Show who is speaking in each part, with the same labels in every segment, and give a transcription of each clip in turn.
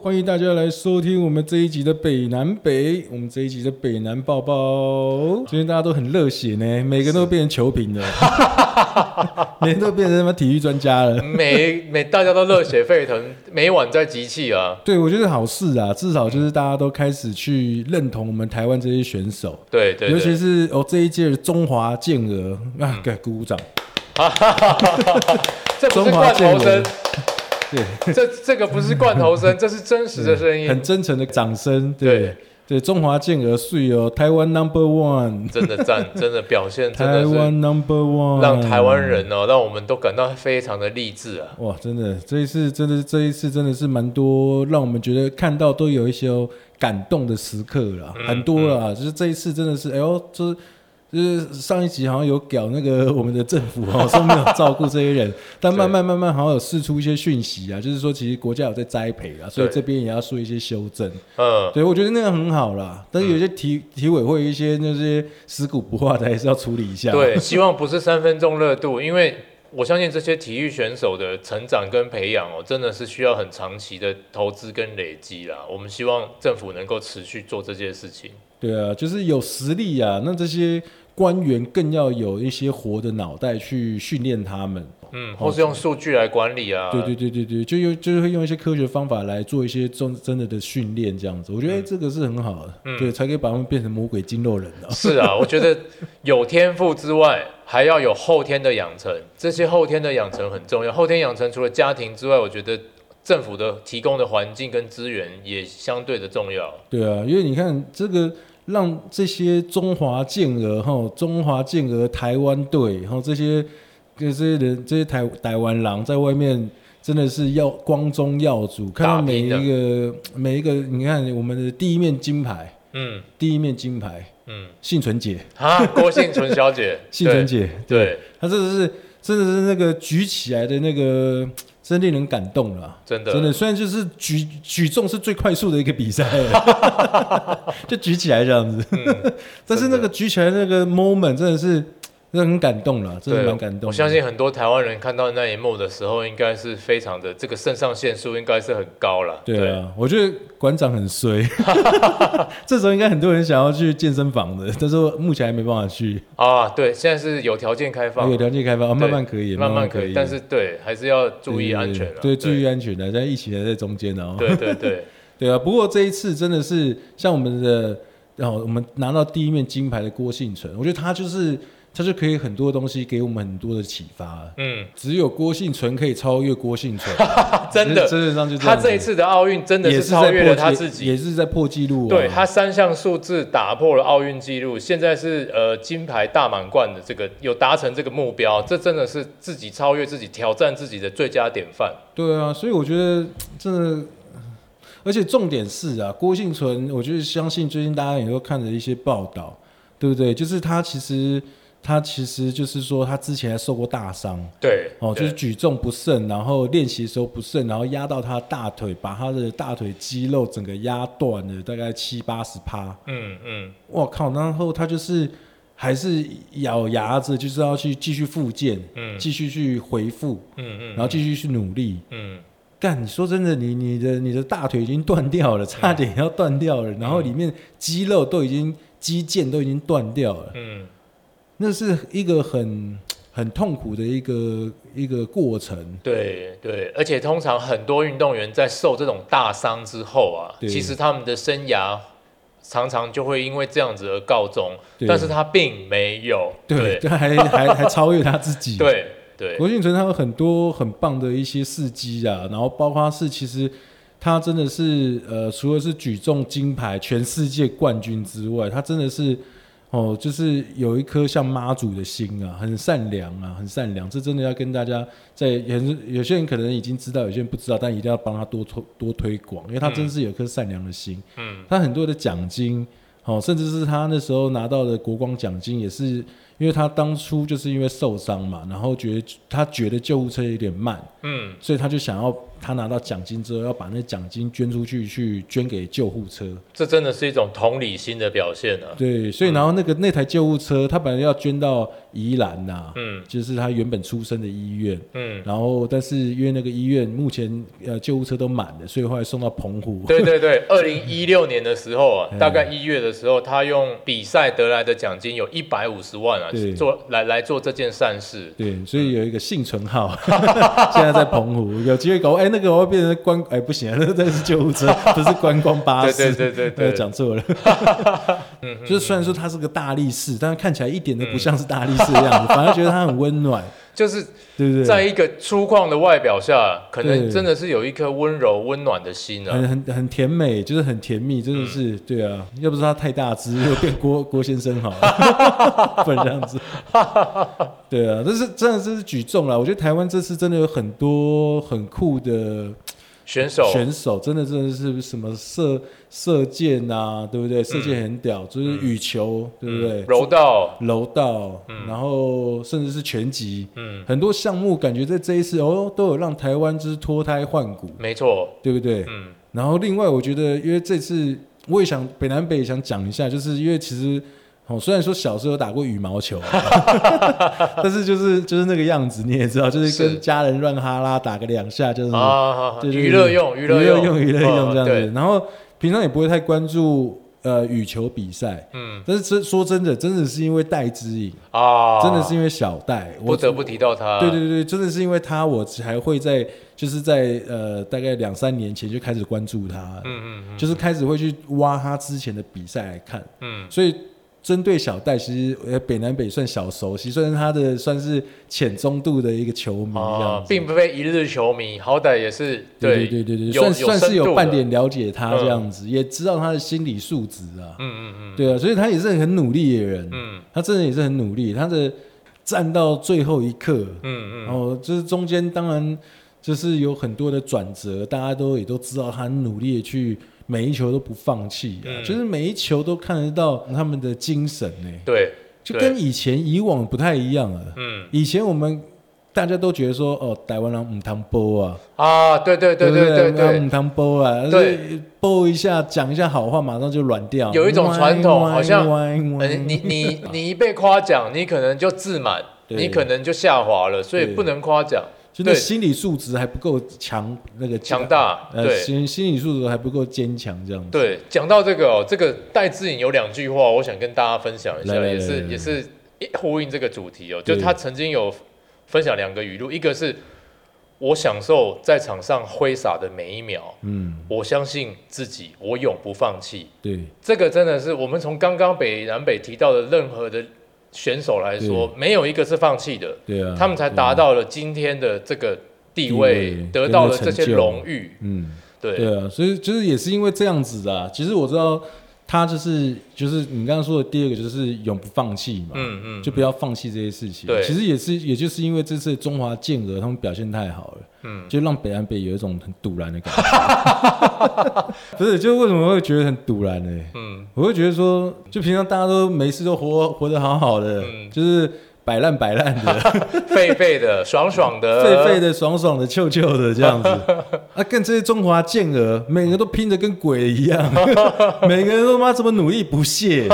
Speaker 1: 欢迎大家来收听我们这一集的北南北，我们这一集的北南抱抱。最近大家都很热血呢，每个人都变成球 评了，每个人都变成什么体育专家了。
Speaker 2: 每每大家都热血沸腾， 每晚在集气啊。
Speaker 1: 对，我觉得好事啊，至少就是大家都开始去认同我们台湾这些选手，
Speaker 2: 对对嗯
Speaker 1: 尤其
Speaker 2: 对，
Speaker 1: 是哦这一届的中华健儿啊，给鼓鼓掌。
Speaker 2: 这不是
Speaker 1: 中华
Speaker 2: 罐
Speaker 1: 健
Speaker 2: 头声
Speaker 1: 儿，对，
Speaker 2: 这这个不是罐头 声，这是真实的声音
Speaker 1: 嗯很，真诚的掌声。对
Speaker 2: 对
Speaker 1: 对，中华健儿睡哦，台湾 Number One，
Speaker 2: 真的赞， 真的表现真
Speaker 1: 台
Speaker 2: 的是
Speaker 1: 湾啊 Number One，
Speaker 2: 让台湾人哦，让我们都感到非常的励志啊。
Speaker 1: 哇，真的，这一次真的这一次真的是蛮多，让我们觉得看到都有一些、哦、感动的时刻啦，
Speaker 2: 嗯
Speaker 1: 很多了啊，就是这一次真的是，哎呦，就是就是上一集好像有搞那个我们的政府哦，说没有照顾这些 人，但慢慢慢慢好像有释出一些讯息啊，就是说其实国家有在栽培啊，所以
Speaker 2: 对
Speaker 1: 这边也要做一些修正。
Speaker 2: 嗯，
Speaker 1: 对，我觉得那样很好啦，但是有些体、体委会一些那些死骨不化的还是要处理一下。
Speaker 2: 对，希望不是三分钟热度，因为我相信这些体育选手的成长跟培养哦，真的是需要很长期的投资跟累积啦。我们希望政府能够持续做这件事情。
Speaker 1: 对啊，就是有实力啊，那这些官员更要有一些活的脑袋去训练他们。
Speaker 2: 嗯，或是用数据来管理啊。
Speaker 1: 对对对对对，就用就是会用一些科学方法来做一些真真的的训练，这样子，我觉得、哎这个是很好的，对，才可以把他们变成魔鬼筋肉人 的、
Speaker 2: 是啊，我觉得有天赋之外，还要有后天的养成。这些后天的养成很重要。后天养成除了家庭之外，我觉得政府的提供的环境跟资源也相对的重要。
Speaker 1: 对啊，因为你看这个让这些中华健儿哈，中华健儿台湾队，然后这些这些人这些台台湾狼在外面真的是要光宗耀祖，看到
Speaker 2: 打
Speaker 1: 每一
Speaker 2: 拼的
Speaker 1: 个每一个，你看我们的第一面金牌，
Speaker 2: 嗯
Speaker 1: 第一面金牌，
Speaker 2: 嗯，
Speaker 1: 幸存姐，，
Speaker 2: 啊，郭幸存小姐
Speaker 1: 幸存姐，
Speaker 2: 对对，
Speaker 1: 她真的是真的是那个举起来的那个，真令人感动了啊、
Speaker 2: 真的
Speaker 1: 真的，虽然就是举举重是最快速的一个比 赛了，就举起来这样子，
Speaker 2: 嗯
Speaker 1: 但是那个举起来那个 moment 真的是，真的很感动了，真的
Speaker 2: 对啊
Speaker 1: 蛮感动的。
Speaker 2: 我相信很多台湾人看到那一幕的时候，应该是非常的这个肾上腺素应该是很高了。
Speaker 1: 对啊，我觉得馆长很 衰， 这时候应该很多人想要去健身房的，但是我目前还没办法去，
Speaker 2: 啊，对，现在是有条件开放
Speaker 1: 有，条件开放，啊
Speaker 2: 对
Speaker 1: 慢慢可以，
Speaker 2: 慢
Speaker 1: 慢
Speaker 2: 可
Speaker 1: 以，
Speaker 2: 但是对，还是要注意安全啊了。
Speaker 1: 对，注意安全的，现在疫情还在中间哦。
Speaker 2: 对对 对，
Speaker 1: 对啊，不过这一次真的是像我们的，然后我们拿到第一面金牌的郭幸存，我觉得他就是他就可以很多东西给我们很多的启发。
Speaker 2: 嗯。
Speaker 1: 只有郭幸存可以超越郭幸存，
Speaker 2: 真的，
Speaker 1: 真的上就
Speaker 2: 他
Speaker 1: 这
Speaker 2: 这一
Speaker 1: 样子
Speaker 2: 次的奥运真的
Speaker 1: 也
Speaker 2: 是
Speaker 1: 是在
Speaker 2: 超越了
Speaker 1: 破
Speaker 2: 他
Speaker 1: 纪
Speaker 2: 自己，
Speaker 1: 也是在破纪录、哦。
Speaker 2: 对他三项数字打破了奥运纪录，现在是呃金牌大满贯的这个有达成这个目标，这真的是自己超越自己、挑战自己的最佳典范。
Speaker 1: 对啊，所以我觉得真的，而且重点是啊，郭幸存，我就是相信最近大家也都看了一些报道，对不对？就是他其实他其实就是说他之前还受过大伤
Speaker 2: 对，
Speaker 1: 哦，
Speaker 2: 对
Speaker 1: 就是举重不慎，然后练习的时候不慎，然后压到他的大腿，把他的大腿肌肉整个压断了，大概七八十趴。
Speaker 2: 嗯嗯，
Speaker 1: 我靠！然后他就是还是咬牙着，就是要去继续复健，
Speaker 2: 嗯
Speaker 1: 继续去回复，
Speaker 2: 嗯嗯
Speaker 1: 然后继续去努力。
Speaker 2: 嗯，
Speaker 1: 干，你说真的，你你的你的大腿已经断掉
Speaker 2: 嗯
Speaker 1: 了，差点要断掉了，然后里面肌肉都已经肌腱都已经断掉了，
Speaker 2: 嗯，
Speaker 1: 那是一个很很痛苦的一个一个过程。
Speaker 2: 对对，而且通常很多运动员在受这种大伤之后啊，
Speaker 1: 对
Speaker 2: 其实他们的生涯常常就会因为这样子而告终
Speaker 1: 对，
Speaker 2: 但是他并没有，
Speaker 1: 对，
Speaker 2: 对
Speaker 1: 他还还还超越他自己。
Speaker 2: 对对，
Speaker 1: 罗俊存他有很多很棒的一些事迹啊，然后包括是其实他真的是呃，除了是举重金牌全世界冠军之外，他真的是哦，就是有一颗像妈祖的心啊，很善良啊，很善良。这真的要跟大家在有有些人可能已经知道，有些人不知道，但一定要帮他多推多推广，因为他真是有一颗善良的心。
Speaker 2: 嗯，
Speaker 1: 他很多的奖金，哦，甚至是他那时候拿到的国光奖金也是。因为他当初就是因为受伤嘛，然后觉得他觉得救护车有点慢，
Speaker 2: 嗯，
Speaker 1: 所以他就想要他拿到奖金之后要把那奖金捐出去，去捐给救护车。
Speaker 2: 这真的是一种同理心的表现啊。
Speaker 1: 对，所以然后那个那台救护车，他本来要捐到宜兰呐、
Speaker 2: 嗯
Speaker 1: 就是他原本出生的医院。
Speaker 2: 嗯，
Speaker 1: 然后，但是因为那个医院目前呃救护车都满了，所以后来送到澎湖。
Speaker 2: 对对对，二零一六年的时候啊
Speaker 1: 嗯，
Speaker 2: 大概一月的时候，他用比赛得来的奖金有一百五十万啊
Speaker 1: 对，
Speaker 2: 做来来做这件善事。
Speaker 1: 对，所以有一个幸存号， 现在在澎湖，有机会搞哎、那个我要变成观哎、不行、啊，那那是救 护车，不是观光巴士。
Speaker 2: 对对对对对嗯
Speaker 1: 呃讲错了。就是虽然说它是个大力士，但是看起来一点都不像是大力士的样子，反而觉得它很温暖，
Speaker 2: 就是
Speaker 1: 对不对？
Speaker 2: 嗯在一个粗犷的外表下，可能
Speaker 1: 对嗯
Speaker 2: 真的是有一颗温柔温暖的心啊。
Speaker 1: 很很很甜美，就是很甜蜜，真的
Speaker 2: 嗯
Speaker 1: 是、对啊。要不是他太大只，又变郭郭先生好了， 不能这样子。对啊，但是真的这是举重啦。我觉得台湾这次真的有很多很酷的
Speaker 2: 选手，
Speaker 1: 选手，真的真的是什么射射箭啊，对不对？射箭很屌，就是羽球，
Speaker 2: 嗯
Speaker 1: 对不对？
Speaker 2: 柔道，
Speaker 1: 柔道，然后甚至是拳击，
Speaker 2: 嗯，
Speaker 1: 很多项目感觉在这一次哦，都有让台湾就是脱胎换骨，
Speaker 2: 没错，
Speaker 1: 对不对？
Speaker 2: 嗯
Speaker 1: 然后另外，我觉得因为这次我也想北南北也想讲一下，就是因为其实哦，虽然说小时候有打过羽毛球，啊 但是就是就是那个样子，你也知道，就是
Speaker 2: 是
Speaker 1: 跟家人乱哈拉打个两下，就是
Speaker 2: 啊，
Speaker 1: 就是
Speaker 2: 娱乐用，
Speaker 1: 嗯娱
Speaker 2: 乐
Speaker 1: 乐用娱乐用
Speaker 2: 嗯
Speaker 1: 这样
Speaker 2: 对
Speaker 1: 子。然后平常也不会太关注呃羽球比赛，
Speaker 2: 嗯
Speaker 1: 但是真说真的，真的是因为戴之颖，
Speaker 2: 啊，
Speaker 1: 真的是因为小戴，
Speaker 2: 不
Speaker 1: 我
Speaker 2: 得不提啊到他，
Speaker 1: 对对对，真的是因为他，我才会在就是在呃大概两三年前就开始关注他，
Speaker 2: 嗯嗯
Speaker 1: 就是开始会去挖他之前的比赛来看。
Speaker 2: 嗯
Speaker 1: 所以针对小戴，其实呃北南北算小熟悉，虽然他的算是浅中度的一个球迷
Speaker 2: 嗯，
Speaker 1: 这样
Speaker 2: 啊，
Speaker 1: 子。
Speaker 2: 并不非一日球迷，好歹也是
Speaker 1: 对哦对对对对，
Speaker 2: 有
Speaker 1: 算算是
Speaker 2: 深度
Speaker 1: 有
Speaker 2: 的
Speaker 1: 半，点了解他这样子，也知道他的心理素质啊。
Speaker 2: 嗯嗯
Speaker 1: 对啊，所以他也是很努力的人，
Speaker 2: 嗯
Speaker 1: 他真的也是很努力，他的站到最后一刻，
Speaker 2: 嗯嗯
Speaker 1: 然后就是中间当然就是有很多的转折，大家都也都知道他很努力的去每一球都不放弃、啊，
Speaker 2: 嗯
Speaker 1: 就是每一球都看得到他们的精神呢、
Speaker 2: 嗯，对，
Speaker 1: 就跟以前以往不太一样了。
Speaker 2: 嗯
Speaker 1: 以前我们大家都觉得说，哦，台湾人唔通波啊，
Speaker 2: 啊，对对对
Speaker 1: 不
Speaker 2: 对对
Speaker 1: 唔，通波啊，
Speaker 2: 对，
Speaker 1: 波一下讲一下好话，马上就软掉。
Speaker 2: 有一种传统
Speaker 1: 歪
Speaker 2: 好像
Speaker 1: 歪歪
Speaker 2: 嗯，你你你一被夸奖，你可能就自满，
Speaker 1: 对
Speaker 2: 你可能就下滑了，所以
Speaker 1: 对
Speaker 2: 不能夸奖，
Speaker 1: 就那
Speaker 2: 对
Speaker 1: 心理素质还不够强，那个
Speaker 2: 强大，
Speaker 1: 呃，
Speaker 2: 对。
Speaker 1: 心心理素质还不够坚强，这样子。
Speaker 2: 对，讲到这个哦，这个戴志颖有两句话，我想跟大家分享一下，
Speaker 1: 来来
Speaker 2: 也是
Speaker 1: 来来
Speaker 2: 也是一呼应这个主题哦。就
Speaker 1: 对
Speaker 2: 他曾经有分享两个语录，一个是我享受在场上挥洒的每一秒，
Speaker 1: 嗯，
Speaker 2: 我相信自己，我永不放弃。
Speaker 1: 对，
Speaker 2: 这个真的是我们从刚刚北南北提到的任何的选手来说，没有一个是放弃的，
Speaker 1: 对啊，
Speaker 2: 他们才达到了今天的这个地位，
Speaker 1: 地位
Speaker 2: 得到了
Speaker 1: 跟
Speaker 2: 这
Speaker 1: 这
Speaker 2: 些
Speaker 1: 成就
Speaker 2: 荣誉。
Speaker 1: 嗯，
Speaker 2: 对，
Speaker 1: 对啊，所以就是也是因为这样子的、啊。其实我知道他就是就是你刚刚说的第二个就是永不放弃嘛，
Speaker 2: 嗯嗯，
Speaker 1: 就不要放弃这些事情。
Speaker 2: 对
Speaker 1: 其实也是也就是因为这次中华健儿他们表现太好了，
Speaker 2: 嗯，
Speaker 1: 就让北安北有一种很堵然的感觉。 不是，就为什么会觉得很堵然呢？
Speaker 2: 嗯，
Speaker 1: 我会觉得说，就平常大家都没事都活活得好好的，
Speaker 2: 嗯
Speaker 1: 就是摆烂摆烂的。
Speaker 2: 狒 狒的，爽爽的，
Speaker 1: 呃废废的、爽爽的、臭臭的这 样子。啊，跟这些中华健儿，每个都拼得跟鬼一 样，每个人都妈这么努力不懈，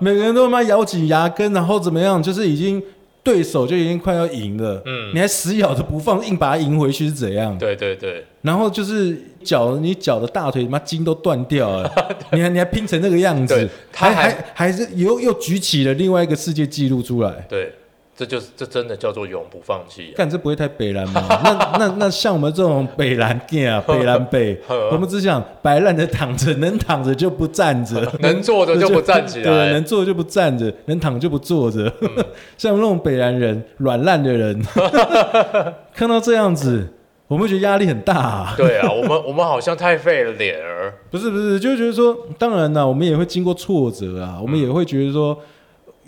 Speaker 1: 每个人都妈咬紧牙根，然后怎么样，就是已经对手就已经快要赢了，
Speaker 2: 嗯
Speaker 1: 你还死咬着不放，硬把它赢回去是怎样？
Speaker 2: 对对对，
Speaker 1: 然后就是脚，你脚的大腿他妈筋都断掉 了，你还你还拼成那个样子
Speaker 2: 对，他还
Speaker 1: 还还还是又又举起了另外一个世界纪录出来。
Speaker 2: 对，这就是这真的叫做永不放弃、 啊。
Speaker 1: 干这不会太北蓝吗？那那那像我们这种北蓝 gay 啊，北蓝北
Speaker 2: 呵呵，
Speaker 1: 我们只想白烂的躺着，能躺着就不站着，
Speaker 2: 能坐着就不站起来 嗯
Speaker 1: 对，能坐就不站着，能躺就不坐着。 像我们那种北蓝人，软烂的 人，看到这样子，我们会觉得压力很大、啊。
Speaker 2: 对啊，我们我们好像太费了脸儿。
Speaker 1: 不是不是，就觉得说，当然啦，我们也会经过挫折
Speaker 2: 嗯
Speaker 1: 啊，我们也会觉得说。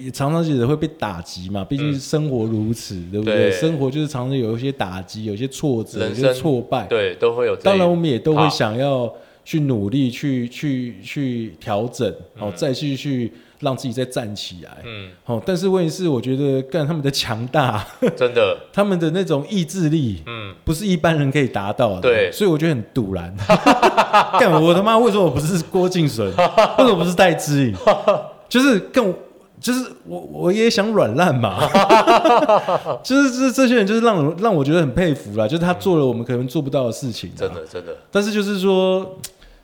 Speaker 1: 也常常也会被打击嘛，毕竟生活如此，对不
Speaker 2: 嗯对
Speaker 1: 生活就是常常有一些打击，有一些挫折，有
Speaker 2: 人
Speaker 1: 一
Speaker 2: 生
Speaker 1: 些挫败。
Speaker 2: 对，都会有这一。
Speaker 1: 当然，我们也都会想要去努力去去去调整，哦，再去去让自己再站起来。
Speaker 2: 嗯，
Speaker 1: 哦，但是问题是，我觉得干他们的强大，
Speaker 2: 真的，
Speaker 1: 他们的那种意志力，
Speaker 2: 嗯，
Speaker 1: 不是一般人可以达到的。
Speaker 2: 对
Speaker 1: 所以我觉得很堵然。 干我他妈为什么我不是郭敬淳？为什么不是戴之 颖？就是更就是我我也想软烂 嘛。就是这这些人就是让我让我觉得很佩服啦，就是他做了我们可能做不到的事情、啊
Speaker 2: 真。的，真的，
Speaker 1: 但是就是说。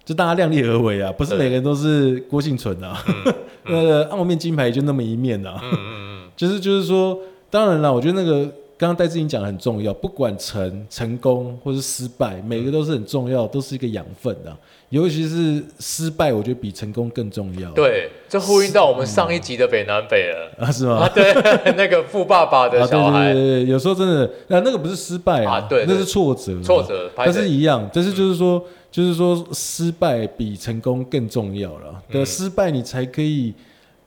Speaker 1: 就大家量力而为啊，不是
Speaker 2: 对
Speaker 1: 每个人都是郭敬淳啊， 那个澳门金牌就那么一面啊。
Speaker 2: 嗯嗯
Speaker 1: 就是就是说，当然啦，我觉得那个刚刚戴志颖讲的很重要，不管成成功或是失败，每个都是很重要，都是一个养分的、尤其是失败，我觉得比成功更重要。
Speaker 2: 嗯，对，这呼应到我们上一集的北南北了。
Speaker 1: 啊，是吗？
Speaker 2: 啊，对， 那个富爸爸的
Speaker 1: 啊，对
Speaker 2: 小
Speaker 1: 对对
Speaker 2: 孩，
Speaker 1: 对，有时候真的，那、那个不是失败啊，
Speaker 2: 啊对对
Speaker 1: 那是挫折，
Speaker 2: 挫折拍嗯
Speaker 1: 但
Speaker 2: 的
Speaker 1: 是一样，但是就是说，就是说失败比成功更重要
Speaker 2: 嗯
Speaker 1: 了。对，失败你才可以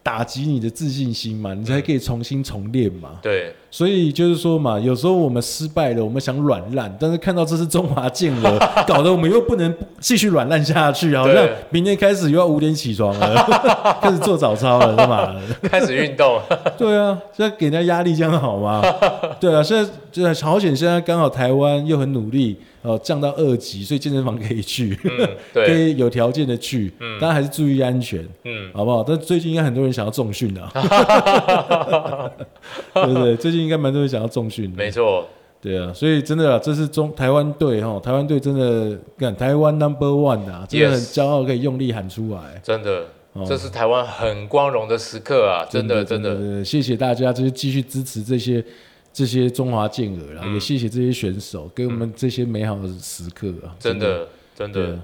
Speaker 1: 打击你的自信心
Speaker 2: 嗯
Speaker 1: 嘛，你才可以重新重练嘛。
Speaker 2: 对，
Speaker 1: 所以就是说嘛，有时候我们失败了，我们想软烂，但是看到这是中华健 儿，搞得我们又不能继续软烂下去，好像
Speaker 2: 对
Speaker 1: 明天开始又要五点起床了， 开始做早操了，是吧？
Speaker 2: 开始运动，
Speaker 1: 对啊，现在给人家压力这样好吗？对啊，现在对啊，好险，现在刚好台湾又很努力，呃，降到二级，所以健身房可以去，
Speaker 2: 嗯，
Speaker 1: 可
Speaker 2: 对，
Speaker 1: 以有条件的去，当然还是注意安全。
Speaker 2: 嗯，
Speaker 1: 好不好？但最近应该很多人想要重训 啊，对不对？最近应该蛮多人想要重训的
Speaker 2: 没，错，
Speaker 1: 对啊，所以真的啊，这是中台湾队哈，台湾队真的干台湾 number one 啊，真的很
Speaker 2: Yes
Speaker 1: 骄傲，可以用力喊出来。
Speaker 2: 真的
Speaker 1: 哦，
Speaker 2: 这是台湾很光荣的时刻啊，真的，真的，
Speaker 1: 的，谢谢大家，就是继续支持这些这些中华
Speaker 2: 嗯
Speaker 1: 健儿啦，也谢谢这些选手给我们这些美好的时刻啊，
Speaker 2: 真的，真
Speaker 1: 对
Speaker 2: 的
Speaker 1: 啊，